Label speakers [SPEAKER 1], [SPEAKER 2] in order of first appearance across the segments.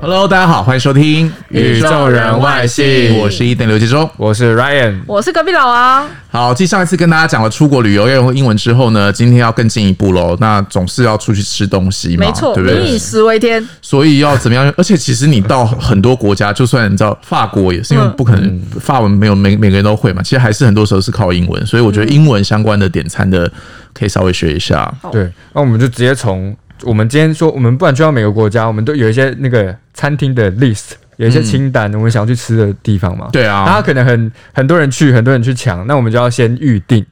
[SPEAKER 1] Hello，大家好，欢迎收听《
[SPEAKER 2] 宇宙人外星
[SPEAKER 1] 我是一等刘杰忠。
[SPEAKER 3] 我是 Ryan。
[SPEAKER 2] 我是隔壁老王，
[SPEAKER 1] 好，继上一次跟大家讲了出国旅游要用英文之后呢，今天要更进一步喽。那总是要出去吃东西嘛，
[SPEAKER 2] 没错，
[SPEAKER 1] 对不
[SPEAKER 2] 民
[SPEAKER 1] 对
[SPEAKER 2] 以？食为天，
[SPEAKER 1] 所以要怎么样？ 而且其实你到很多国家，就算你知道法国也是，因为
[SPEAKER 2] 嗯
[SPEAKER 1] 不可能法文没有每每个人都会嘛，其实还是很多时候是靠英文。所以我觉得英文相关的点餐的可以稍微学一下。
[SPEAKER 3] 对，那我们就直接从我们今天说，我们不管去到每个国家，我们都有一些那个餐厅的 list，有一些清单，我们想要去吃的地方嘛。
[SPEAKER 1] 对啊
[SPEAKER 3] 那可能很很多人去，很多人去抢，那我们就要先预定。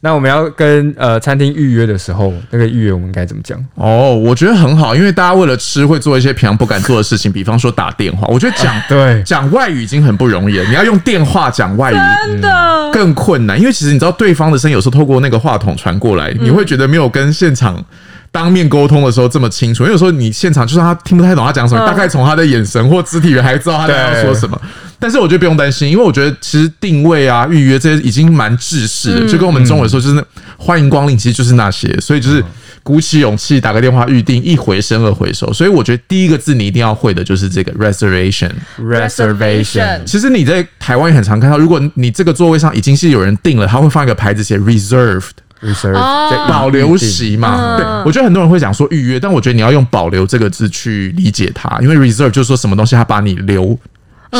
[SPEAKER 3] 那我们要跟呃餐厅预约的时候，那个预约我们该怎么讲？
[SPEAKER 1] 哦，我觉得很好，因为大家为了吃会做一些平常不敢做的事情，比方说打电话。我觉得讲
[SPEAKER 3] 对
[SPEAKER 1] 讲外语已经很不容易了，你要用电话讲外语
[SPEAKER 2] 真的，
[SPEAKER 1] 更困难，因为其实你知道对方的声音有时候透过那个话筒传
[SPEAKER 2] 嗯
[SPEAKER 1] 过来，你会觉得没有跟现场。当面沟通的时候这么清楚，因为有时候你现场就算他听不太懂他讲什
[SPEAKER 2] 嗯
[SPEAKER 1] 么，大概从他的眼神或肢体语言还知道他大概要说什么。但是我觉得不用担心，因为我觉得其实定位啊、预约这些已经蛮制式
[SPEAKER 2] 嗯
[SPEAKER 1] 的，就跟我们中文说就是那欢迎光临，其实就是那些，所
[SPEAKER 2] 嗯
[SPEAKER 1] 以就是鼓起勇气打个电话预定，一回生二回熟。所以我觉得第一个字你一定要会的就是这个 reservation。
[SPEAKER 2] Reservation
[SPEAKER 1] 其实你在台湾也很常看到，如果你这个座位上已经是有人定了，他会放一个牌子写 reserved，
[SPEAKER 3] reserve
[SPEAKER 2] 哦
[SPEAKER 3] 在
[SPEAKER 1] 保留席
[SPEAKER 2] 嗯
[SPEAKER 1] 嘛。对，我觉得很多人会讲说预约，但我觉得你要用保留这个字去理解它，因为 reserve 就是说什么东西它把你留。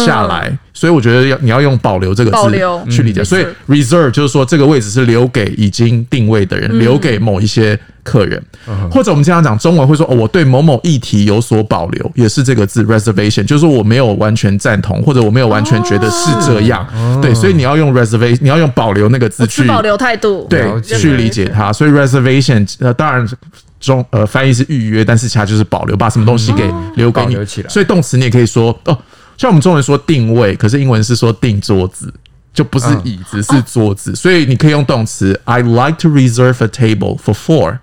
[SPEAKER 1] 下来，所以我觉得要你要用保留这
[SPEAKER 2] 嗯
[SPEAKER 1] 个
[SPEAKER 2] 保留嗯
[SPEAKER 1] 字去理解，所以 reserve 就是说这个位置是留给已经定位的
[SPEAKER 2] 嗯
[SPEAKER 1] 人，留给某一些客人，或者我们经常讲中文会说、哦、我对某某议题有所保留，也是这个字 reservation，就是说我没有完全赞同，或者我没有完全觉得是这样，对，所以你要用 reservation，你要用保留那个字
[SPEAKER 2] 我
[SPEAKER 1] 去
[SPEAKER 2] 持哦保留态度。
[SPEAKER 3] 了
[SPEAKER 1] 对，
[SPEAKER 3] 解
[SPEAKER 1] 去理解它。所以 reservation 呃，当然中呃翻译是预约，但是其他就是保留，把什么东西给留给
[SPEAKER 3] 哦保
[SPEAKER 1] 你。
[SPEAKER 3] 留起来
[SPEAKER 1] 所以动词你也可以说哦，像我们中文说定位，可是英文是说定桌子。就不是
[SPEAKER 3] 嗯
[SPEAKER 1] 椅子，是桌子，所以你可以用动词。I like to reserve a table for four。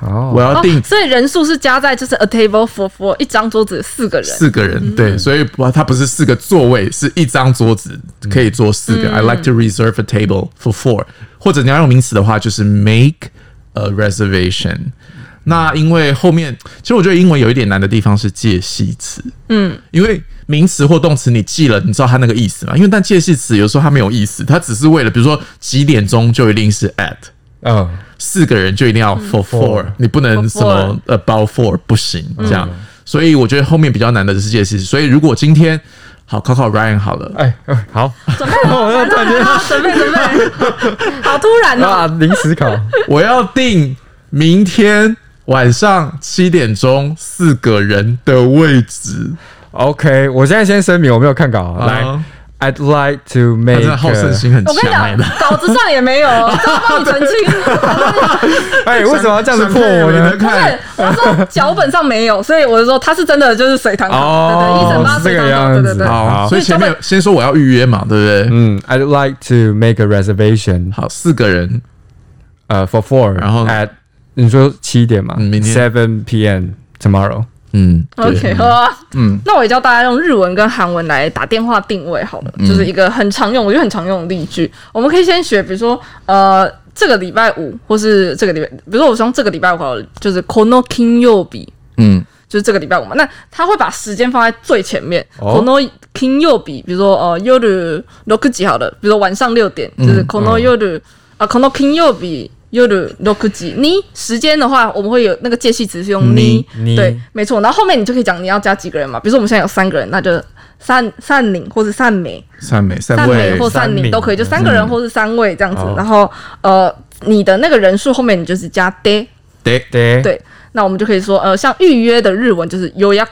[SPEAKER 3] 哦
[SPEAKER 1] 我要
[SPEAKER 2] 哦
[SPEAKER 1] 订，
[SPEAKER 2] 所以人数是加在就是 a table for four，一张桌子四个人。
[SPEAKER 1] 四个人，对，所以不，它不是四个座位，是一张桌子可以坐四个。I like to reserve a table for four，或者你要用名词的话，就是 make a reservation。那因为后面，其实我觉得英文有一点难的地方是介系词，嗯，因为名词或动词你记了，你知道它那个意思嘛？因为但介系词有时候它没有意思，它只是为了比如说几点钟就一定是 at，
[SPEAKER 3] 嗯，
[SPEAKER 1] 四个人就一定要 for four，、
[SPEAKER 3] four
[SPEAKER 1] 你不能
[SPEAKER 2] 嗯 for
[SPEAKER 1] 什么 about four 不行这样。
[SPEAKER 3] 嗯
[SPEAKER 1] 所以我觉得后面比较难的是这件事。所以如果今天好考考 Ryan 好了，
[SPEAKER 3] 哎、呃好，
[SPEAKER 2] 准备好，
[SPEAKER 3] 我要突然间
[SPEAKER 2] 好准备准备，好突然
[SPEAKER 3] 啊
[SPEAKER 2] 哦！
[SPEAKER 3] 临时考，
[SPEAKER 1] 我要定明天晚上七点钟四个人的位置。
[SPEAKER 3] OK，我现在先声明，我没有看稿啊。来、
[SPEAKER 1] 好
[SPEAKER 3] i d like to
[SPEAKER 1] 他
[SPEAKER 3] make
[SPEAKER 1] 真的好胜
[SPEAKER 3] a-
[SPEAKER 1] 心很
[SPEAKER 2] 我跟你
[SPEAKER 1] 强哎、
[SPEAKER 2] 讲，稿子上也没有，我这帮你澄 清。
[SPEAKER 3] 哎、为什么要这样子
[SPEAKER 1] 想
[SPEAKER 3] 破我
[SPEAKER 1] 看有没
[SPEAKER 3] 呢
[SPEAKER 1] 得？
[SPEAKER 2] 不是
[SPEAKER 1] 看，
[SPEAKER 2] 他说脚本上没有，所以我就说他是真的就是水塘考，对对，一整
[SPEAKER 3] 哦
[SPEAKER 2] 八，
[SPEAKER 3] 是这
[SPEAKER 2] 水
[SPEAKER 3] 个
[SPEAKER 2] 塘考，
[SPEAKER 3] 样
[SPEAKER 2] 对
[SPEAKER 3] 子
[SPEAKER 2] 对对。
[SPEAKER 1] 好，
[SPEAKER 3] 好
[SPEAKER 1] 所以前面有先说我要预约嘛，对不对？
[SPEAKER 3] 嗯，I'd like to make a reservation
[SPEAKER 1] 好，四个人，
[SPEAKER 3] 呃 for four，
[SPEAKER 1] 然后
[SPEAKER 3] at 你说七点嘛，
[SPEAKER 1] 嗯明天
[SPEAKER 3] seven p.m. tomorrow。
[SPEAKER 1] 嗯对
[SPEAKER 2] OK，好啊，
[SPEAKER 1] 嗯
[SPEAKER 2] 嗯，那我也教大家用日文跟韩文来打电话定位好了，
[SPEAKER 1] 嗯
[SPEAKER 2] 就是一个很常用，我觉得很常用的例句。我们可以先学，比如说，呃，这个礼拜五，或是这个礼拜，比如说我从这个礼拜五好了，就是 kono kin y o b
[SPEAKER 1] 嗯，
[SPEAKER 2] 就是这个礼拜五嘛。那他会把时间放在最前面
[SPEAKER 3] 哦
[SPEAKER 2] ，kono kin y o b 比如说呃 yoru rokuji 好了，比如说晚上六点，
[SPEAKER 3] 嗯
[SPEAKER 2] 就是 kono yoru 啊 kono kin y o b 夜六時你时间的话，我们会有那个介系词是用你
[SPEAKER 3] 嗯你
[SPEAKER 2] 对，没错。然后后面你就可以讲你要加几个人嘛，比如说我们现在有三个人，那就三三零或者三美、
[SPEAKER 1] 三美三
[SPEAKER 2] 三
[SPEAKER 1] 位
[SPEAKER 2] 美或三
[SPEAKER 3] 三名
[SPEAKER 2] 零都可以，就三
[SPEAKER 3] 嗯
[SPEAKER 2] 个人或是三位这样子
[SPEAKER 3] 哦。
[SPEAKER 2] 然后呃，你的那个人数后面你就是加 day，
[SPEAKER 1] 对，
[SPEAKER 3] 对，
[SPEAKER 2] 对。那我们就可以说，呃，像预约的日文就是予約，所
[SPEAKER 1] 有要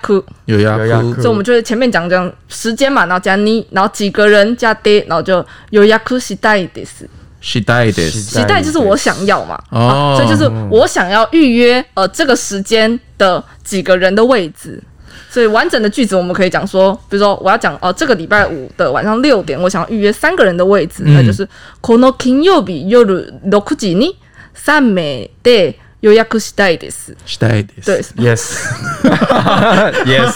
[SPEAKER 3] 有要哭
[SPEAKER 2] 以我们就是前面讲这样时间嘛，然后加你，然后几个人加 day，然后就予約したいです。
[SPEAKER 1] 期待的
[SPEAKER 2] 期待就是我想要嘛，
[SPEAKER 1] 哦
[SPEAKER 2] 啊所以就是我想要预约呃这个时间的几个人的位置。所以完整的句子我们可以讲说，比如说我要讲哦、呃这个礼拜五的晚上六点，我想要预约三个人的位置，
[SPEAKER 1] 嗯
[SPEAKER 2] 那就是この金曜日夜六時に三名で予約したいです。
[SPEAKER 1] 期待的。
[SPEAKER 2] 对，
[SPEAKER 3] Yes, yes，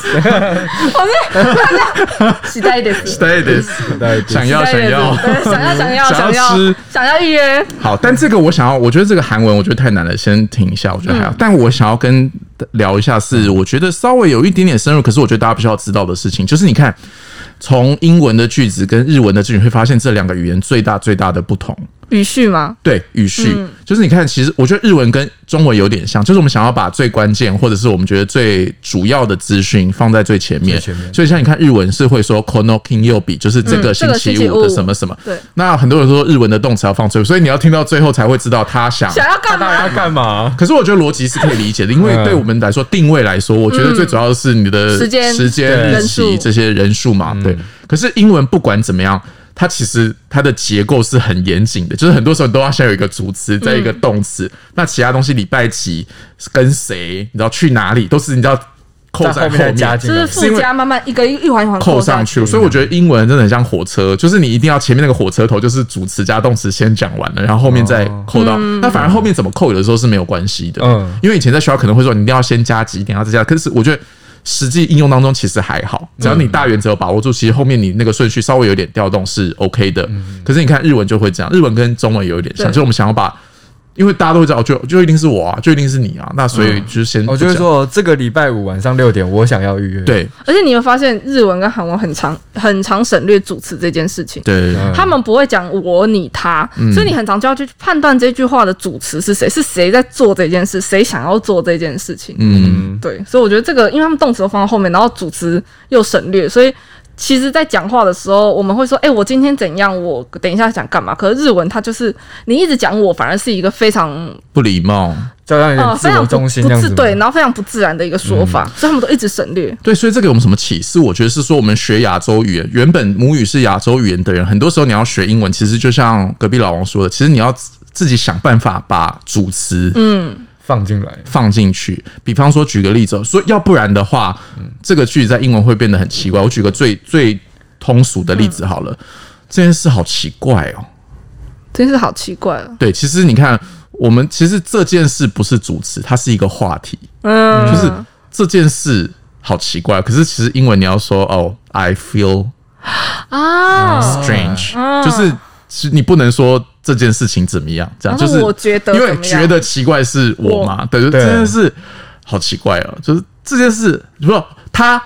[SPEAKER 2] 期待です。
[SPEAKER 1] 期待的，想要想要。
[SPEAKER 2] 对，想要想要 想
[SPEAKER 1] 想要
[SPEAKER 2] 要
[SPEAKER 1] 吃
[SPEAKER 2] 想要预约，
[SPEAKER 1] 好，但这个我想要，我觉得这个韩文我觉得太难了，先停一下。我觉得还好，
[SPEAKER 2] 嗯
[SPEAKER 1] 但我想要跟聊一下是，我觉得稍微有一点点深入，可是我觉得大家必须要知道的事情，就是你看从英文的句子跟日文的句子，你会发现这两个语言最大最大的不同。
[SPEAKER 2] 语序吗？
[SPEAKER 1] 对语序，
[SPEAKER 2] 嗯
[SPEAKER 1] 就是你看，其实我觉得日文跟中文有点像，就是我们想要把最关键或者是我们觉得最主要的资讯放在最前
[SPEAKER 3] 最
[SPEAKER 1] 面。
[SPEAKER 3] 前面
[SPEAKER 1] 所以像你看日文是会说 “kono king yobi”，就是这个
[SPEAKER 2] 嗯这
[SPEAKER 1] 星
[SPEAKER 2] 个星
[SPEAKER 1] 期
[SPEAKER 2] 期
[SPEAKER 1] 五
[SPEAKER 2] 五
[SPEAKER 1] 的什么什么。
[SPEAKER 2] 对
[SPEAKER 1] 那很多人说日文的动词要放最后，所以你要听到最后才会知道他想。
[SPEAKER 2] 想要干
[SPEAKER 3] 大
[SPEAKER 2] 嘛
[SPEAKER 3] 家？干嘛？
[SPEAKER 1] 可是我觉得逻辑是可以理解的，因为
[SPEAKER 3] 嗯
[SPEAKER 1] 对我们来说定位来说，我觉得最主要的是你的
[SPEAKER 2] 时间
[SPEAKER 1] 时间、
[SPEAKER 3] 对
[SPEAKER 1] 日
[SPEAKER 2] 人
[SPEAKER 1] 期
[SPEAKER 2] 数
[SPEAKER 1] 这些人数嘛。对。可是英文不管怎么样，它其实它的结构是很严谨的，就是很多时候你都要先有一个主词，再一个动
[SPEAKER 2] 嗯
[SPEAKER 1] 词。那其他东西礼拜几跟谁，你知道去哪里，都是你知道扣
[SPEAKER 3] 在 后
[SPEAKER 1] 在后
[SPEAKER 3] 面再
[SPEAKER 1] 面。
[SPEAKER 3] 加进
[SPEAKER 2] 就
[SPEAKER 3] 来
[SPEAKER 2] 是，附加慢慢一个一环一环
[SPEAKER 1] 扣
[SPEAKER 2] 上
[SPEAKER 1] 上去，所以我觉得英文真的很像火车，就是你一定要前面那个火车头就是主词加动词先讲完了，然后后面再扣到。那反而后面怎么扣有的时候是没有关系的，
[SPEAKER 3] 嗯
[SPEAKER 1] 因为以前在学校可能会说你一定要先加几点，然后再加，可是我觉得。实际应用当中其实还好，只要你大原则有把握住，其实后面你那个顺序稍微有点调动是 OK 的。可是你看日文就会这样，日文跟中文有一点像，
[SPEAKER 2] 对
[SPEAKER 1] 就是我们想要把，因为大家都会知道，就就一定是我啊，就一定是你啊，那所以就是先不
[SPEAKER 3] 我
[SPEAKER 1] 讲，
[SPEAKER 3] 就是说这个礼拜五晚上六点，我想要预约。，
[SPEAKER 1] 对
[SPEAKER 2] 而且你有发现日文跟韩文很常很常省略主词这件事情，
[SPEAKER 1] 对
[SPEAKER 3] 嗯
[SPEAKER 2] 他们不会讲我你他，所以你很常就要去判断这句话的主词是谁，是谁在做这件事，谁想要做这件事情。
[SPEAKER 1] 嗯。
[SPEAKER 2] 对，所以我觉得这个，因为他们动词都放到后面，然后主词又省略，所以其实，在讲话的时候，我们会说：“哎、我今天怎样？我等一下想干嘛？”可是日文它就是你一直讲我，反而是一个非常
[SPEAKER 1] 不礼貌。
[SPEAKER 3] 就让有
[SPEAKER 2] 呃
[SPEAKER 3] 点自
[SPEAKER 2] 非
[SPEAKER 3] 我
[SPEAKER 2] 常不
[SPEAKER 3] 中
[SPEAKER 2] 不
[SPEAKER 3] 心这样
[SPEAKER 2] 自
[SPEAKER 3] 子。
[SPEAKER 2] 对，，然后非常不自然的一个说法，
[SPEAKER 1] 嗯
[SPEAKER 2] 所以他们都一直省略。
[SPEAKER 1] 对，所以这个有什么启示？我觉得是说，我们学亚洲语言，原本母语是亚洲语言的人，很多时候你要学英文，其实就像隔壁老王说的，其实你要自自己想办法把主词
[SPEAKER 3] 放进来。
[SPEAKER 1] 放进去。比方说，举个例子哦，所以要不然的话，这个句子在英文会变得很奇怪。我举个最最通俗的例子好了，这件事好奇怪哦。
[SPEAKER 2] 真是好奇怪哦。
[SPEAKER 1] 对，其实你看，我们其实这件事不是主词，它是一个话题。
[SPEAKER 2] 嗯，
[SPEAKER 1] 就是这件事好奇怪，可是其实英文你要说哦，I feel 嗯
[SPEAKER 2] 啊，
[SPEAKER 1] strange，、就是是你不能说这件事情怎么样，这样
[SPEAKER 2] 然
[SPEAKER 1] 就
[SPEAKER 2] 后
[SPEAKER 1] 是
[SPEAKER 2] 啊我觉得
[SPEAKER 1] 因为
[SPEAKER 2] 怎么样
[SPEAKER 1] 觉得奇怪是我嘛，对，就
[SPEAKER 3] 对
[SPEAKER 1] 这件事好奇怪哦，就是这件事不是他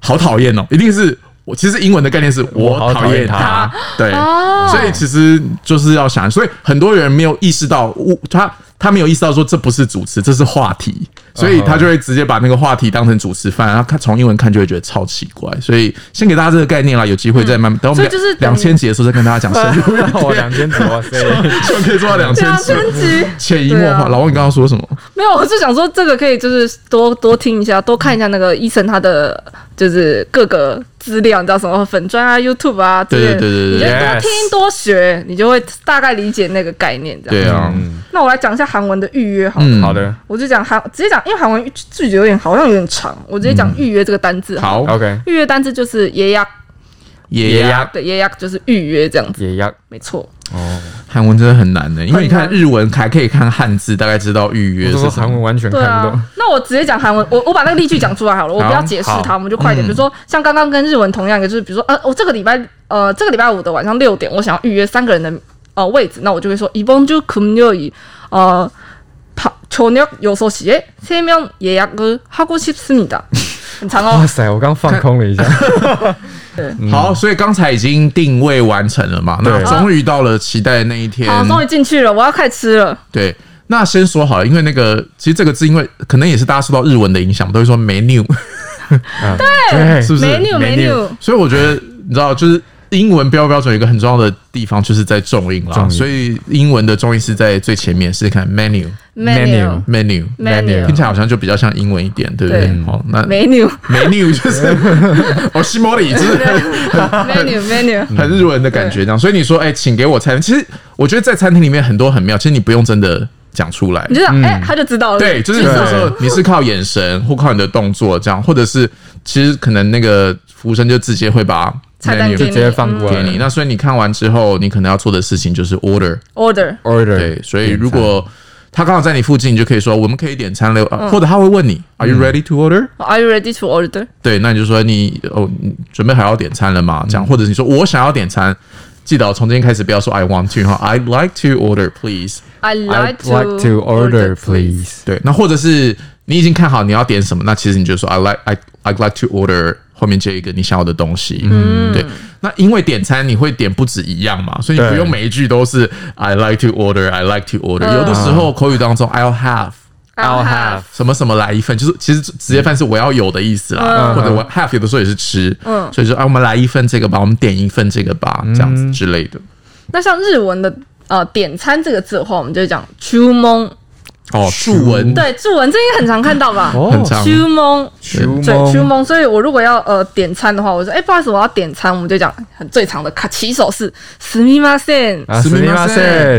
[SPEAKER 1] 好讨厌哦，一定是我。其实英文的概念是
[SPEAKER 3] 我
[SPEAKER 1] 我
[SPEAKER 3] 好
[SPEAKER 1] 讨
[SPEAKER 3] 讨
[SPEAKER 1] 厌
[SPEAKER 3] 厌
[SPEAKER 1] 他，对，
[SPEAKER 2] 哦
[SPEAKER 1] 所以其实就是要想，所以很多人没有意识到，我他他没有意识到说这不是主持，这是话题，所以他就会直接把那个话题当成主持犯，然后看从英文看就会觉得超奇怪。所以先给大家这个概念啦，有机会再慢慢，等我们
[SPEAKER 2] 嗯所以就是等
[SPEAKER 1] 两
[SPEAKER 2] 于
[SPEAKER 1] 千集的时候再跟大家讲深入一点，
[SPEAKER 3] 我两千多，哇塞！
[SPEAKER 1] 希望可以做到两千
[SPEAKER 2] 两
[SPEAKER 1] 集
[SPEAKER 2] 千。集
[SPEAKER 1] 潜移默
[SPEAKER 2] 对
[SPEAKER 1] 化，
[SPEAKER 2] 啊
[SPEAKER 1] 老王，你刚刚说什么？
[SPEAKER 2] 没有，我是想说这个可以就是多多听一下，多看一下那个医生他的就是各个资料，你知道什么粉砖啊、YouTube 啊之类的，
[SPEAKER 1] 对对对对
[SPEAKER 2] 你就多
[SPEAKER 3] Yes
[SPEAKER 2] 听多学，你就会大概理解那个概念。这样，
[SPEAKER 1] 对啊，
[SPEAKER 3] 嗯
[SPEAKER 2] 那我来讲一下韩文的预约好了。
[SPEAKER 1] 嗯
[SPEAKER 3] 好的
[SPEAKER 2] 我就讲韩，直接讲，因为韩文句子有点好像有点长，我直接讲预约这个单字。，
[SPEAKER 1] 嗯啊好，
[SPEAKER 3] ，OK，
[SPEAKER 2] 预约单字就是예약，
[SPEAKER 1] 也呀，
[SPEAKER 2] 对，예약就是预约这样子，
[SPEAKER 3] 也要
[SPEAKER 2] 没错。
[SPEAKER 3] 哦。
[SPEAKER 1] 韩文真的很难的，因为你看
[SPEAKER 2] 很难
[SPEAKER 1] 日文还可以看汉字，大概知道预约
[SPEAKER 3] 我
[SPEAKER 1] 是
[SPEAKER 3] 说
[SPEAKER 1] 什
[SPEAKER 3] 韩
[SPEAKER 1] 么。
[SPEAKER 3] 文完全
[SPEAKER 2] 对
[SPEAKER 3] 看不
[SPEAKER 2] 啊
[SPEAKER 3] 懂。，
[SPEAKER 2] 那我直接讲韩文，我我把那个例句讲出来好了，我不要
[SPEAKER 3] 好
[SPEAKER 2] 解释
[SPEAKER 3] 好
[SPEAKER 2] 它，我们就快一点。比如说，像刚刚跟日文同样一个，就是比如说，呃，我这个礼拜，呃，这个礼拜五的晚上六点，我想要预约三个人的呃位置，那我就会说이번주금요일，呃，밤저녁여섯시에세명예약을하고싶습니다。很长哦
[SPEAKER 3] 哇，塞！我刚放空了 一下，
[SPEAKER 1] 好，所以刚才已经定位完成了嘛，那
[SPEAKER 3] 对
[SPEAKER 1] 终于到了期待的那一天。
[SPEAKER 2] 好，终于进去了，我要开始吃了。
[SPEAKER 1] 对，那先说好了，因为那个其实这个字，因为可能也是大家受到日文的影响，都会说 menu，
[SPEAKER 3] 对
[SPEAKER 1] 是不是
[SPEAKER 2] menu menu，
[SPEAKER 1] 所以我觉得你知道，就是英文标不标准有一个很重要的地方，就是在重音啦，
[SPEAKER 3] 重音
[SPEAKER 1] 所以英文的重音是在最前面，是看 menu
[SPEAKER 3] Menu
[SPEAKER 2] menu
[SPEAKER 1] menu，
[SPEAKER 3] Menu
[SPEAKER 1] 听起来好像就比较像英文一点，对不对？
[SPEAKER 2] 对
[SPEAKER 1] 好，那
[SPEAKER 2] menu
[SPEAKER 1] menu 就是哦西莫里，就是。
[SPEAKER 2] menu menu
[SPEAKER 1] 很日文的感觉，这样。所以你说，哎、请给我餐。其实我觉得在餐厅里面很多很妙，其实你不用真的讲出来
[SPEAKER 2] 你，就
[SPEAKER 3] 嗯
[SPEAKER 2] 想，哎，他就知道了。
[SPEAKER 1] 对，就是
[SPEAKER 2] 其
[SPEAKER 1] 有
[SPEAKER 2] 实
[SPEAKER 1] 时
[SPEAKER 2] 我
[SPEAKER 1] 候你是靠眼神或靠你的动作这样，或者是其实可能那个服务生就直接会把
[SPEAKER 2] 菜单
[SPEAKER 1] menu
[SPEAKER 3] 就
[SPEAKER 2] 给嗯
[SPEAKER 3] 直接放过
[SPEAKER 1] 给
[SPEAKER 3] 来
[SPEAKER 1] 你。那所以你看完之后，你可能要做的事情就是 order。
[SPEAKER 2] order，
[SPEAKER 3] order。
[SPEAKER 1] 对，所以如果他刚好在你附近，你就可以说我们可以点餐了，啊
[SPEAKER 2] 嗯
[SPEAKER 1] 或者他会问你 Are you ready to order？
[SPEAKER 2] Are you ready to order？
[SPEAKER 1] 对，那你就说你哦，你准备好要点餐了吗？这样，或者你说我想要点餐，记得哦从今天开始不要说 I want to 哈，I'd like to order please。
[SPEAKER 2] I like
[SPEAKER 3] I'd
[SPEAKER 2] to
[SPEAKER 3] like to order, please。
[SPEAKER 2] please。
[SPEAKER 1] 对，那或者是你已经看好你要点什么，那其实你就说 I like I I'd like to order 后面接一个你想要的东西。嗯，对。那因为点餐你会点不止一样嘛，所以你
[SPEAKER 3] 对
[SPEAKER 1] 不用每一句都是 I like to order I like to order。有的时候口语当中 I'll have。
[SPEAKER 2] I'll have
[SPEAKER 1] 什么什么来一份，就是其实职业饭是我要有的意思啦，或者我 have 有的时候也是吃，嗯，所以说啊，我们来一份这个吧，我们点一份这个吧，这样子之类的。
[SPEAKER 2] 那像日文的呃点餐这个字的话，我们就会讲 chu mon。
[SPEAKER 1] 哦，竖文
[SPEAKER 2] 对，日文这应该很常看到吧
[SPEAKER 3] 哦
[SPEAKER 1] 很长，
[SPEAKER 2] chu mon。
[SPEAKER 3] Chumon
[SPEAKER 2] 对 chu mon，所以我如果要呃点餐的话，我说哎不好意思，我要点餐，我们就讲很最长的卡起手是 s m i m a s e n
[SPEAKER 3] 啊，すみませ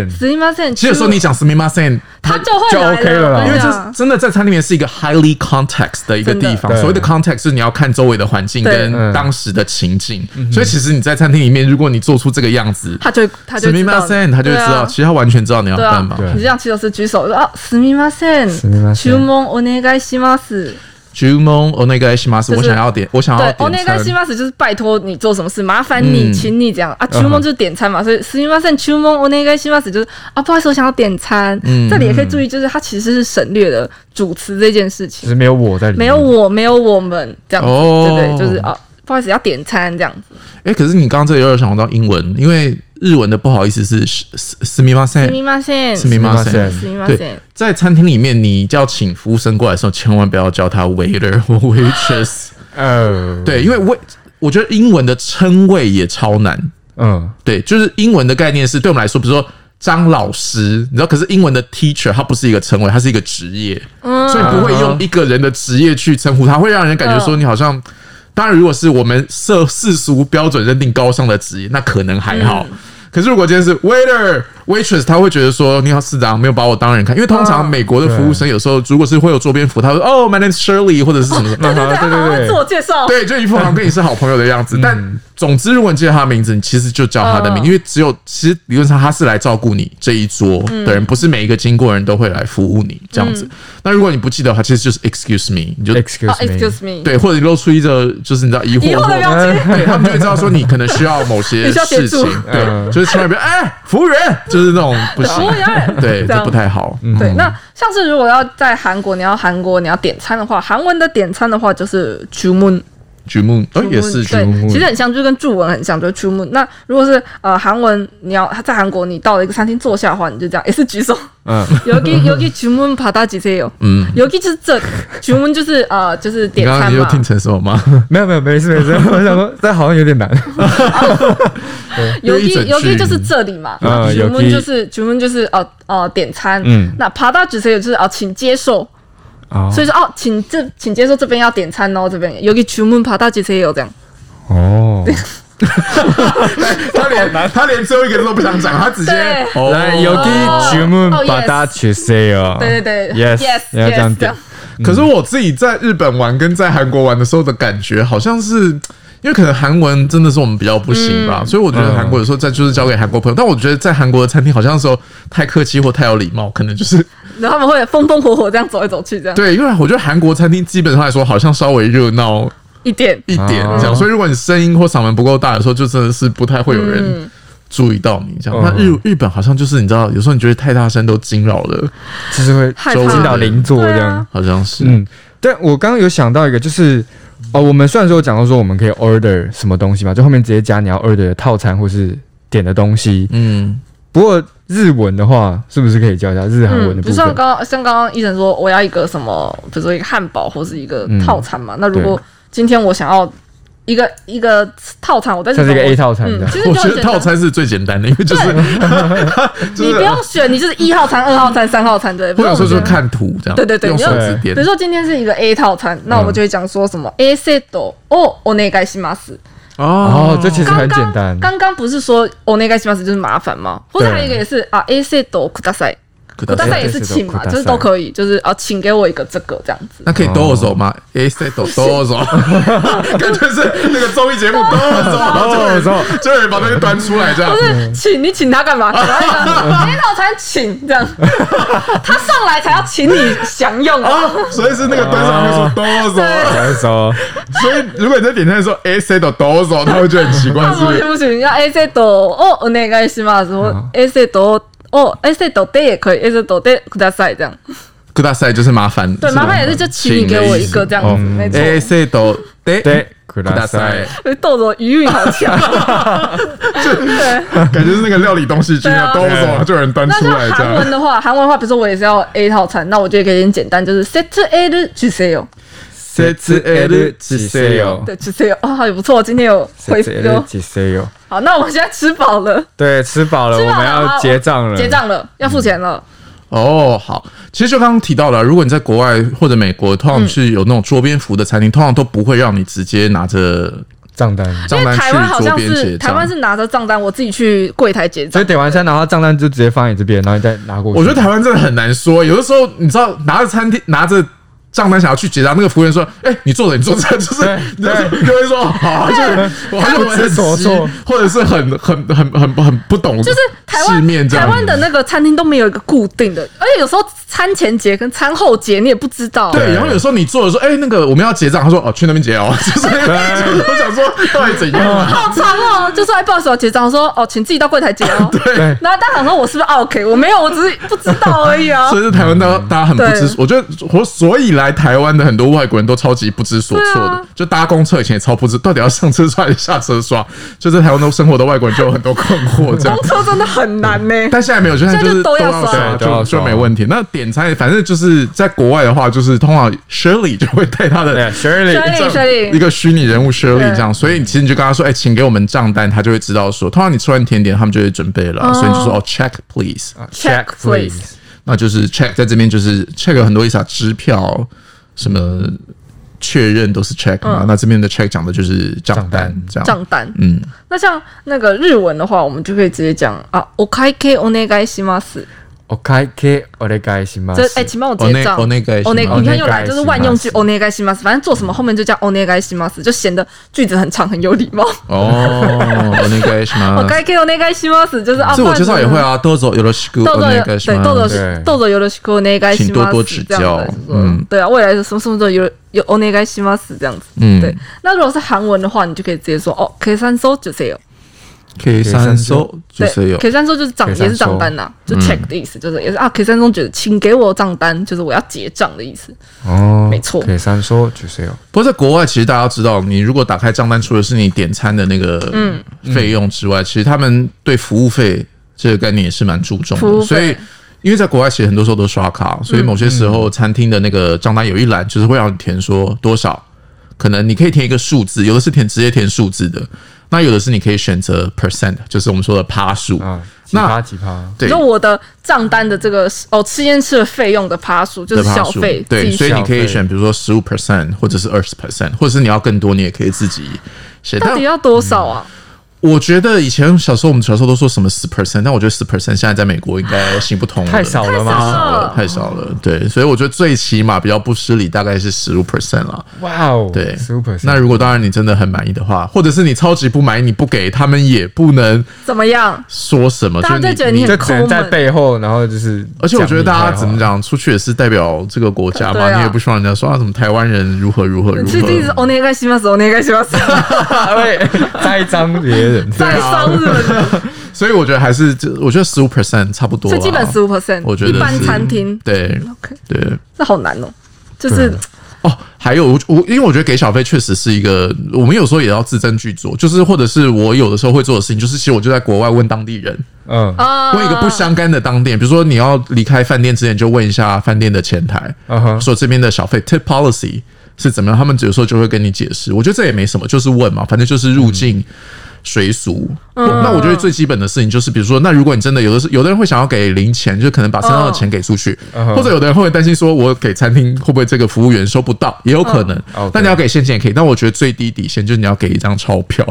[SPEAKER 3] ん。
[SPEAKER 2] s m i m a s e n
[SPEAKER 1] 其实有时候你讲 s m i m a s e n
[SPEAKER 2] 他就会
[SPEAKER 3] 就
[SPEAKER 2] 来
[SPEAKER 3] OK 了啦
[SPEAKER 2] 我
[SPEAKER 1] 因
[SPEAKER 2] 跟
[SPEAKER 1] 为
[SPEAKER 2] 你
[SPEAKER 1] 这
[SPEAKER 2] 讲，
[SPEAKER 1] 真的在餐里面是一个 highly context 的一个地
[SPEAKER 2] 真
[SPEAKER 1] 方。
[SPEAKER 3] 的
[SPEAKER 1] 所谓的 context 是你要看周围的环境
[SPEAKER 2] 对
[SPEAKER 1] 跟
[SPEAKER 3] 嗯
[SPEAKER 1] 当时的情境，所以其实你在餐厅里面，如果你做出这个样子，
[SPEAKER 2] 他就会他就
[SPEAKER 1] s
[SPEAKER 2] 会
[SPEAKER 1] m i
[SPEAKER 2] 知道你
[SPEAKER 1] m a s e n 他就会知
[SPEAKER 2] 对
[SPEAKER 1] 道，
[SPEAKER 2] 啊
[SPEAKER 1] 其实他完全知道你要
[SPEAKER 2] 对啊
[SPEAKER 1] 干嘛。
[SPEAKER 3] 对
[SPEAKER 2] 你就这样起手是举手说啊，すみません，
[SPEAKER 3] すみません
[SPEAKER 2] 注文お願いします。
[SPEAKER 1] 注文お願いします，
[SPEAKER 2] 就是
[SPEAKER 1] 我想要点，我想
[SPEAKER 2] 对
[SPEAKER 1] 要，
[SPEAKER 2] お
[SPEAKER 1] 点
[SPEAKER 2] 願
[SPEAKER 1] 餐
[SPEAKER 2] いします就是拜托你做什么事，麻烦你，
[SPEAKER 1] 嗯
[SPEAKER 2] 请你这样啊。注文就是点餐嘛，所以すみません，注文お願いします就是
[SPEAKER 1] 嗯
[SPEAKER 2] 啊，不好意思，我想要点餐。这里也可以注意，就是它其实是省略了主词这件事
[SPEAKER 3] 只
[SPEAKER 2] 情，
[SPEAKER 3] 是没有我在里面。
[SPEAKER 2] 没有我，没有我们这样子，
[SPEAKER 1] 嗯哦
[SPEAKER 2] 对不对？就是啊，不好意思，要点餐这样子。
[SPEAKER 1] 哎、可是你刚刚这里有点想到英文，因为日文的不好意思是すすみますせ
[SPEAKER 2] み
[SPEAKER 1] ん，
[SPEAKER 2] ません，
[SPEAKER 1] すみません。
[SPEAKER 3] す
[SPEAKER 2] すみませ
[SPEAKER 1] 对
[SPEAKER 2] ん。，
[SPEAKER 1] 在餐厅里面，你叫请服务生过来的时候，千万不要叫他 waiter 或 waitress。
[SPEAKER 3] 哦，
[SPEAKER 1] 对，因为 wait，我觉得英文的称谓也超难。
[SPEAKER 3] 嗯，
[SPEAKER 1] 对，就是英文的概念是对我们来说，比如说张老师，你知道，可是英文的 teacher 它不是一个称谓，它是一个职业，
[SPEAKER 2] 嗯
[SPEAKER 1] 所以不会用一个人的职业去称呼他，会让人感觉说你好像。当然，如果是我们世世俗标准认定高尚的职业，那可能还好。可是如果今天是 waiter waitress，他会觉得说你好市长没有把我当人看，因为通常美国的服务生有时候如果是会有周边服，他会说哦、m y name is Shirley 或者是什么什么，
[SPEAKER 3] 对
[SPEAKER 2] 对对，他好像会自我介绍。
[SPEAKER 1] 啊 对，就一副好像跟你是好朋友的样
[SPEAKER 3] 嗯
[SPEAKER 1] 子。但总之，如果你记得他的名字，你其实就叫他的名，
[SPEAKER 2] 嗯
[SPEAKER 1] 因为只有其实理论上他是来照顾你这一桌
[SPEAKER 2] 嗯
[SPEAKER 1] 的人，不是每一个经过的人都会来服务你这样子。那如果你不记得的话，其实就是 excuse me，你就
[SPEAKER 3] excuse
[SPEAKER 2] 哦
[SPEAKER 3] me，
[SPEAKER 2] ，excuse me。
[SPEAKER 1] 对，或者你露出一个就是你知道疑
[SPEAKER 2] 以
[SPEAKER 1] 惑
[SPEAKER 2] 后的
[SPEAKER 1] 或。
[SPEAKER 2] 表情。
[SPEAKER 1] 对他们就会知道说你可能需要某些
[SPEAKER 2] 你需要协
[SPEAKER 1] 事
[SPEAKER 2] 助
[SPEAKER 1] 情，对，
[SPEAKER 3] 嗯
[SPEAKER 1] 就是千万不要哎，服务员就是那种不行
[SPEAKER 2] 服务，员
[SPEAKER 1] 对，
[SPEAKER 2] 这
[SPEAKER 1] 这
[SPEAKER 2] 样
[SPEAKER 1] 不太好。嗯
[SPEAKER 2] 对，那像是如果要在韩国，你要韩国你要点餐的话，韩文的点餐的话就是주문，
[SPEAKER 1] 举目哦
[SPEAKER 2] 주문
[SPEAKER 1] 也是举
[SPEAKER 2] 对，其实很像，就跟注文很像，就是주문。那如果是呃韩文，你要在韩国你到了一个餐厅坐下的话，你就这样也是 举手，
[SPEAKER 3] 嗯，
[SPEAKER 2] 여기여기주문받아주세요。
[SPEAKER 1] 嗯，
[SPEAKER 2] 여기就是这，주문就是呃就是
[SPEAKER 1] 你
[SPEAKER 2] 点
[SPEAKER 1] 刚刚
[SPEAKER 2] 餐
[SPEAKER 1] 你又
[SPEAKER 2] 嘛。
[SPEAKER 1] 听成什 么吗？
[SPEAKER 3] 没有没有没事 没事，我想说这好像有点难。
[SPEAKER 2] 여기
[SPEAKER 1] 又一整
[SPEAKER 2] 여기
[SPEAKER 1] 句啊
[SPEAKER 2] 就是这里嘛。
[SPEAKER 3] 嗯
[SPEAKER 2] 주문
[SPEAKER 3] 여기
[SPEAKER 2] 就是주문就是呃呃点餐。
[SPEAKER 3] 嗯
[SPEAKER 2] 那받아주세요就是哦、呃请接受。
[SPEAKER 3] 哦
[SPEAKER 2] 所以说哦，请这请接受这边要点餐哦，这边有给주문받아주세요这样。
[SPEAKER 3] 哦，
[SPEAKER 1] 他连他连最后一个字都不想讲，他直接
[SPEAKER 2] 对
[SPEAKER 1] 哦
[SPEAKER 3] 来 여기 주문
[SPEAKER 2] Oh, yes.
[SPEAKER 3] 받아주세요。
[SPEAKER 2] 对对对
[SPEAKER 3] 哦 Yes，
[SPEAKER 2] yes，
[SPEAKER 3] 你要这样
[SPEAKER 2] yes，这
[SPEAKER 3] 点
[SPEAKER 2] 样。
[SPEAKER 1] 可是我自己在日本玩跟在韩国玩的时候的感觉，好像是因为可能韩文真的是我们比较不行吧，所以我觉得韩国有时候在就是交给韩国朋友，但我觉得在韩国的餐厅好像时候太客气或太有礼貌，可能就是
[SPEAKER 2] 然后他们会风风火火这样走来走去，这样
[SPEAKER 1] 对，因为我觉得韩国餐厅基本上来说好像稍微热闹
[SPEAKER 2] 一点。
[SPEAKER 1] 一点这样，
[SPEAKER 3] 哦
[SPEAKER 1] 所以如果你声音或嗓门不够大的时候，就真的是不太会有
[SPEAKER 2] 嗯
[SPEAKER 1] 人。注意到你这样，
[SPEAKER 3] 嗯
[SPEAKER 1] 那日日本好像就是你知道，有时候你觉得太大声都惊扰了，
[SPEAKER 3] 就是会
[SPEAKER 2] 害
[SPEAKER 1] 周围
[SPEAKER 3] 引
[SPEAKER 1] 的
[SPEAKER 2] 怕
[SPEAKER 3] 导邻座这
[SPEAKER 2] 对
[SPEAKER 3] 样
[SPEAKER 2] 啊。
[SPEAKER 1] 好像是，
[SPEAKER 3] 嗯，但我刚刚有想到一个，就是哦，我们虽然说有讲到说我们可以 order 什么东西嘛，就后面直接加你要 order 的套餐或是点的东西。
[SPEAKER 1] 嗯，
[SPEAKER 3] 不过日文的话，是不是可以教一下日韩文
[SPEAKER 2] 嗯，
[SPEAKER 3] 的
[SPEAKER 2] 比
[SPEAKER 3] 部
[SPEAKER 2] 如像
[SPEAKER 3] 分？
[SPEAKER 2] 刚刚像刚刚医生说，我
[SPEAKER 3] 嗯
[SPEAKER 2] 要一个什么，比如说一个汉堡或是一个套餐嘛。那如果今天我想要一个一个套餐，我在
[SPEAKER 3] 像是一个
[SPEAKER 2] 中国
[SPEAKER 3] A 套餐这
[SPEAKER 2] 嗯，
[SPEAKER 3] 样
[SPEAKER 2] 其实
[SPEAKER 1] 我
[SPEAKER 2] 你
[SPEAKER 1] 觉
[SPEAKER 2] 就
[SPEAKER 1] 得套餐是最简单的，因为就是就
[SPEAKER 2] 你
[SPEAKER 1] 是
[SPEAKER 2] 不用选，你就是一号餐、二号餐、三号餐之类的。
[SPEAKER 1] 或者说
[SPEAKER 2] 比如
[SPEAKER 1] 就是
[SPEAKER 2] 我们
[SPEAKER 1] 看图这样，
[SPEAKER 2] 哦对对对
[SPEAKER 1] 用手指
[SPEAKER 2] 比
[SPEAKER 1] 点
[SPEAKER 2] 如。说今天是一个 A 套餐，那我们就会讲说什么 A set 哦，onegai s m a s
[SPEAKER 3] 哦，这其实
[SPEAKER 2] 刚
[SPEAKER 3] 很
[SPEAKER 2] 刚
[SPEAKER 3] 简单。
[SPEAKER 2] 刚刚不是说 onegai s m a s 就是麻烦吗？或者还有一个也是啊，A set kudasai。
[SPEAKER 1] 可
[SPEAKER 2] 大
[SPEAKER 1] 哎大
[SPEAKER 2] 概
[SPEAKER 1] 概
[SPEAKER 2] 也是请嘛，就是都可以，就是啊，请给我一个这个这样子。
[SPEAKER 1] 那
[SPEAKER 3] 哦
[SPEAKER 1] 可以哆嗦吗？A 哎 C 哆哆嗦， 感觉是那个综艺 节目哆
[SPEAKER 2] 啊
[SPEAKER 1] 嗦，
[SPEAKER 3] 哦，我知道
[SPEAKER 1] 就有人把那个端出来这样
[SPEAKER 2] 不。是请你请他干嘛？给他一个 A 套餐请这样，他上来才要请你享用啊。
[SPEAKER 1] 啊，所以是那个端上来会
[SPEAKER 3] 哦
[SPEAKER 1] 说哆嗦，
[SPEAKER 3] 我熟。
[SPEAKER 1] 所以如果哎你在点餐说 A C 哆哆嗦，他会觉得很奇怪，是
[SPEAKER 2] 不
[SPEAKER 1] 不是
[SPEAKER 2] 行？不行，要 A set 哦，onegai s m a s 或 A set 哦，A set day 也可以，A set day kudasai 这样。
[SPEAKER 1] 可大赛就是麻哎烦，
[SPEAKER 2] 对，麻烦也是就请你给我一个这样子，没错。哎
[SPEAKER 1] A C 哆对
[SPEAKER 3] 对，苦
[SPEAKER 1] 可大
[SPEAKER 3] 大
[SPEAKER 1] 赛
[SPEAKER 3] 赛，，
[SPEAKER 2] 豆豆余韵好 强，对。
[SPEAKER 1] 感觉是那个料理东西君要哆
[SPEAKER 2] 对啊
[SPEAKER 1] 嗦，就有人端
[SPEAKER 2] 那
[SPEAKER 1] 出
[SPEAKER 2] 像
[SPEAKER 1] 来这
[SPEAKER 2] 韩
[SPEAKER 1] 样
[SPEAKER 2] 文。的话，韩文的话，比如说我也是要 A 套餐，那我就可以很简单，就是 set A 的 g s e l
[SPEAKER 3] 谁知 A 的几岁哟？
[SPEAKER 2] 对 g s e l 哦，也不错，今天有
[SPEAKER 3] 谁
[SPEAKER 2] 回
[SPEAKER 3] 知 A 的
[SPEAKER 2] 流。
[SPEAKER 3] 几岁哟？
[SPEAKER 2] 好，那我们现在吃饱了，
[SPEAKER 3] 对，吃饱了，
[SPEAKER 2] 吃
[SPEAKER 3] 我
[SPEAKER 2] 饱了
[SPEAKER 3] 们要结账了。
[SPEAKER 2] 结。账了，要付钱了。
[SPEAKER 1] 哦，好，其实就刚刚提到了，如果你在国外或者美国，通常是有那种桌边服的餐厅，通常都不会让你直接拿着
[SPEAKER 3] 账单。
[SPEAKER 2] 因
[SPEAKER 1] 账
[SPEAKER 2] 为
[SPEAKER 1] 单
[SPEAKER 2] 台湾好
[SPEAKER 1] 嗯去桌
[SPEAKER 2] 像
[SPEAKER 1] 边
[SPEAKER 2] 是
[SPEAKER 1] 结
[SPEAKER 2] 台湾
[SPEAKER 1] 账。
[SPEAKER 2] 是拿着账单，我自己去柜台结
[SPEAKER 3] 所
[SPEAKER 2] 账
[SPEAKER 3] 以。点完餐，然后账单就直接放你这边，然后你再拿过去。
[SPEAKER 1] 我觉得台湾真的很难说，有的时候你知道拿着餐厅拿着。账单想要去结账，那个服务员说：“哎、你坐着，你坐着。”就是， 就是各位说：“好、啊，就我好像
[SPEAKER 3] 不知所措，
[SPEAKER 1] 或者是很很很很很不懂，就
[SPEAKER 2] 就是台
[SPEAKER 1] 世面
[SPEAKER 2] 湾
[SPEAKER 1] 这样。
[SPEAKER 2] 台湾的那个餐厅都没有一个固定的，而且有时候餐前结跟餐后结你也不知道。
[SPEAKER 1] 对，然后有时候你坐着说：‘哎、那个我们要结账。’他说：‘哦，去那边结哦。’就是，就是我想说到底怎样、啊？
[SPEAKER 2] 好长哦，就说哎，不好意思，我结账。我说哦，请自己到柜台结哦。
[SPEAKER 1] 对，
[SPEAKER 2] 然后大家想说我是不是 OK？我没有，我只是不知道而已 啊。
[SPEAKER 1] 所以在台湾，大家大家很不知
[SPEAKER 2] 对
[SPEAKER 1] 所，我觉得我所以来台湾的很多外国人都超级不知所措
[SPEAKER 2] 对
[SPEAKER 1] 的
[SPEAKER 2] 啊，
[SPEAKER 1] 就搭公车以前也超不知，到底要上车刷还是下车刷？就在台湾都生活的外国人就有很多困 惑这样
[SPEAKER 2] 公。车真的很难呢、
[SPEAKER 1] 但现在没有，现在就是
[SPEAKER 2] 现在就都要
[SPEAKER 1] 要
[SPEAKER 2] 刷
[SPEAKER 1] 刷，
[SPEAKER 3] 对都要
[SPEAKER 1] 就就
[SPEAKER 3] 刷
[SPEAKER 1] 没问题。那点餐，反正就是在国外的话，就是通常 Shirley 就会带他
[SPEAKER 3] 对
[SPEAKER 1] 的
[SPEAKER 3] ，Shirley，
[SPEAKER 2] Shirley
[SPEAKER 1] 一个虚拟人物 Shirley 这样，所以你其实你就跟他说，哎，请给我们账单，他就会知道说，通常你吃完甜点，他们就会准备了，所以你就说哦 check please，
[SPEAKER 2] Check, please
[SPEAKER 1] 那就是 check 在这边就是 check 有很多意思啊，支票什么确认都是 check 嘛。那这边的 check 讲的就是账单
[SPEAKER 3] 账，
[SPEAKER 1] 这样。
[SPEAKER 2] 嗯账单。
[SPEAKER 1] 嗯，
[SPEAKER 2] 那像那个日文的话，我们就可以直接讲啊，我开 K お願いします。
[SPEAKER 1] 啊
[SPEAKER 3] 我开 K，我的该行吗？
[SPEAKER 2] 这哎，请帮我结账。
[SPEAKER 1] お願いします
[SPEAKER 2] お願い你看又来
[SPEAKER 3] お願いします
[SPEAKER 2] 就是万用句お願いします，反正做什么后面就叫お願いします，就显得句子很长，很有礼貌。
[SPEAKER 1] 哦，那个什
[SPEAKER 2] 我
[SPEAKER 1] 么，
[SPEAKER 2] 开 K お願いします就是啊，
[SPEAKER 1] 自我介绍也会
[SPEAKER 2] 不然
[SPEAKER 1] 啊，豆总有ろしく
[SPEAKER 2] 豆
[SPEAKER 1] お
[SPEAKER 2] 豆有
[SPEAKER 1] 願いし
[SPEAKER 2] 对豆豆
[SPEAKER 1] ます。
[SPEAKER 2] 是
[SPEAKER 3] 对
[SPEAKER 2] 豆豆有ろしくお願いします，
[SPEAKER 1] 请多多指教
[SPEAKER 2] 这样子
[SPEAKER 1] 嗯，
[SPEAKER 2] 对啊，未来什么什么都有有お願いします这样子。
[SPEAKER 1] 嗯
[SPEAKER 2] 对。那如果是韩文的话，你就可以直接说哦計算書就这よ。
[SPEAKER 1] K 三收就
[SPEAKER 2] 对
[SPEAKER 1] 是有，
[SPEAKER 2] K 三说就是账
[SPEAKER 3] 可以
[SPEAKER 2] 也
[SPEAKER 3] 上
[SPEAKER 2] 是账单呐、就 check 的意思，就是也是啊。K 三中觉得请给我账单，就是我要结账的意思。
[SPEAKER 3] 哦，
[SPEAKER 2] 没错
[SPEAKER 3] 可以三说就是有。
[SPEAKER 1] 不过在国外，其实大家知道，你如果打开账单，除了是你点餐的那个
[SPEAKER 2] 嗯
[SPEAKER 1] 费用之外，其实他们对服务费这个概念也是蛮注重
[SPEAKER 2] 服务费
[SPEAKER 1] 的。所以，因为在国外其实很多时候都刷卡，所以某些时候餐厅的那个账单有一栏就是会让你填说多少，可能你可以填一个数字，有的是填直接填数字的，那有的是你可以选择 percent，就是我们说的趴数。
[SPEAKER 3] 啊，几
[SPEAKER 1] 那
[SPEAKER 3] 趴几趴？
[SPEAKER 1] 对
[SPEAKER 2] 就我的账单的这个哦，吃烟吃的费用的趴数就是
[SPEAKER 1] 的趴
[SPEAKER 2] 小
[SPEAKER 1] 数
[SPEAKER 2] 费，自
[SPEAKER 1] 对，
[SPEAKER 2] 己
[SPEAKER 1] 所以
[SPEAKER 2] 选
[SPEAKER 1] 你可以
[SPEAKER 3] 小费
[SPEAKER 1] 选，比如说十五 percent，或者是二十 percent，或者是你要更多，你也可以自己写。
[SPEAKER 2] 到
[SPEAKER 1] 但
[SPEAKER 2] 底要多少啊？
[SPEAKER 1] 我觉得以前小时候我们小时候都说什么十 percent，但我觉得十 percent 现在在美国应该行不通了，
[SPEAKER 3] 太少了
[SPEAKER 2] 太少
[SPEAKER 3] 吗？
[SPEAKER 2] 了
[SPEAKER 1] 了，太少了。对，所以我觉得最起码比较不失礼大概是十五 percent 了。
[SPEAKER 3] 哇哦，
[SPEAKER 1] 对
[SPEAKER 3] ，super。
[SPEAKER 1] 那如果当然你真的很满意的话，或者是你超级不满意，你不给他们也不能
[SPEAKER 2] 怎么样？
[SPEAKER 1] 说什么。
[SPEAKER 2] 大家
[SPEAKER 1] 就
[SPEAKER 2] 就觉得你
[SPEAKER 1] 你
[SPEAKER 2] 很
[SPEAKER 3] 就只能在背后，然后就是，
[SPEAKER 1] 而且我觉得大家怎么
[SPEAKER 3] 讲
[SPEAKER 1] 讲，出去也是代表这个国家
[SPEAKER 2] 对
[SPEAKER 1] 嘛，
[SPEAKER 2] 啊
[SPEAKER 1] 你也不希望人家说啊，怎么台湾人如何如何如
[SPEAKER 2] 吃 一直
[SPEAKER 1] 何。
[SPEAKER 2] お願いします，お願いします，
[SPEAKER 3] 话？会 栽赃别人，
[SPEAKER 2] 在商日本，
[SPEAKER 1] 所以我觉得还是，我觉得十五 percent 差不多
[SPEAKER 2] 所
[SPEAKER 1] 啦。
[SPEAKER 2] 以基本十五 percent，
[SPEAKER 1] 我觉
[SPEAKER 2] 一
[SPEAKER 1] 得
[SPEAKER 2] 般
[SPEAKER 1] 是
[SPEAKER 2] 餐厅
[SPEAKER 1] 对
[SPEAKER 2] OK，
[SPEAKER 1] 对。
[SPEAKER 2] 这好难哦，就是
[SPEAKER 1] 哦，还有我我，因为我觉得给小费确实是一个，我们有时候也要字斟句酌，就是或者是我有的时候会做的事情，就是其实我就在国外问当地人，
[SPEAKER 3] 嗯，
[SPEAKER 1] 哦
[SPEAKER 2] 啊，
[SPEAKER 1] 问一个不相干的当店，比如说你要离开饭店之前就问一下饭店的前台，
[SPEAKER 3] 嗯哼
[SPEAKER 1] 说这边的小费 tip policy 是怎么样，他们有时候就会跟你解释。我觉得这也没什么，就是问嘛，反正就是入
[SPEAKER 3] 嗯
[SPEAKER 1] 境随俗。那我觉得最基本的事情就是，比如说，那如果你真的有的是有的人会想要给零钱，就可能把身上的钱给出去，
[SPEAKER 3] 嗯
[SPEAKER 1] 或者有的人会担心说，我给餐厅会不会这个服务员收不到，也有可能。
[SPEAKER 3] 嗯
[SPEAKER 1] 但你要给现金也可以，但我觉得最低底线就是你要给一张钞票。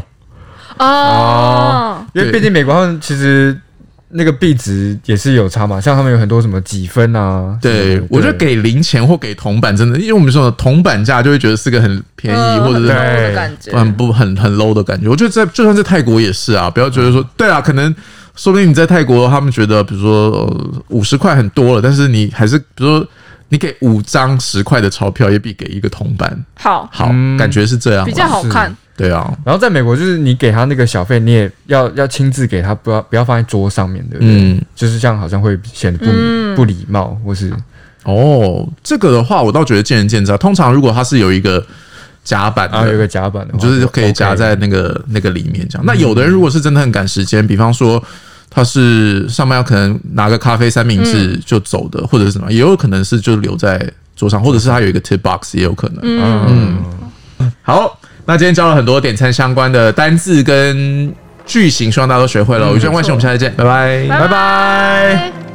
[SPEAKER 2] 啊哦，
[SPEAKER 3] 因为
[SPEAKER 1] 对
[SPEAKER 3] 毕竟美国他们其实那个币值也是有差嘛，像他们有很多什么几分啊，什么
[SPEAKER 1] 对
[SPEAKER 3] 的，
[SPEAKER 1] 我觉得给零钱或给铜板真的，因为我们说的铜板价就会觉得是个很便宜、
[SPEAKER 2] 嗯
[SPEAKER 1] 或者
[SPEAKER 2] 很 low
[SPEAKER 1] 是
[SPEAKER 3] 对
[SPEAKER 2] 的感觉，
[SPEAKER 1] 很不很很 low 的感觉。我觉得在就算在泰国也是啊，不要觉得说对啊，可能说不定你在泰国他们觉得，比如说呃五十块很多了，但是你还是比如说你给五张十块的钞票，也比给一个铜板
[SPEAKER 2] 好，
[SPEAKER 1] 好，
[SPEAKER 3] 嗯
[SPEAKER 1] 感觉是这样啦。啊
[SPEAKER 2] 比较好
[SPEAKER 3] 是
[SPEAKER 2] 看。
[SPEAKER 1] 对啊，
[SPEAKER 3] 然后在美国，就是你给他那个小费，你也要要亲自给他，不要不要放在桌上面，对不对？
[SPEAKER 1] 嗯
[SPEAKER 3] 就是这样，好像会显得不、不礼貌，或是
[SPEAKER 1] 哦，这个的话我倒觉得见仁见智啊。通常如果它是有一个夹板的，
[SPEAKER 3] 啊有一个夹板的话，
[SPEAKER 1] 哦就是可以夹
[SPEAKER 3] OK
[SPEAKER 1] 在那个那个里面这样。那有的人如果是真的很赶时间，比方说他是上班要可能拿个咖啡三明治就走的，或者是什么，也有可能是就留在桌上，或者是他有一个 tip box 也有可能。
[SPEAKER 3] 嗯，
[SPEAKER 1] 好，那今天教了很多点餐相关的单嗯字跟句型，希望大家都学会了。我是万茜，我们下次见，拜拜
[SPEAKER 3] 拜拜。
[SPEAKER 2] 拜。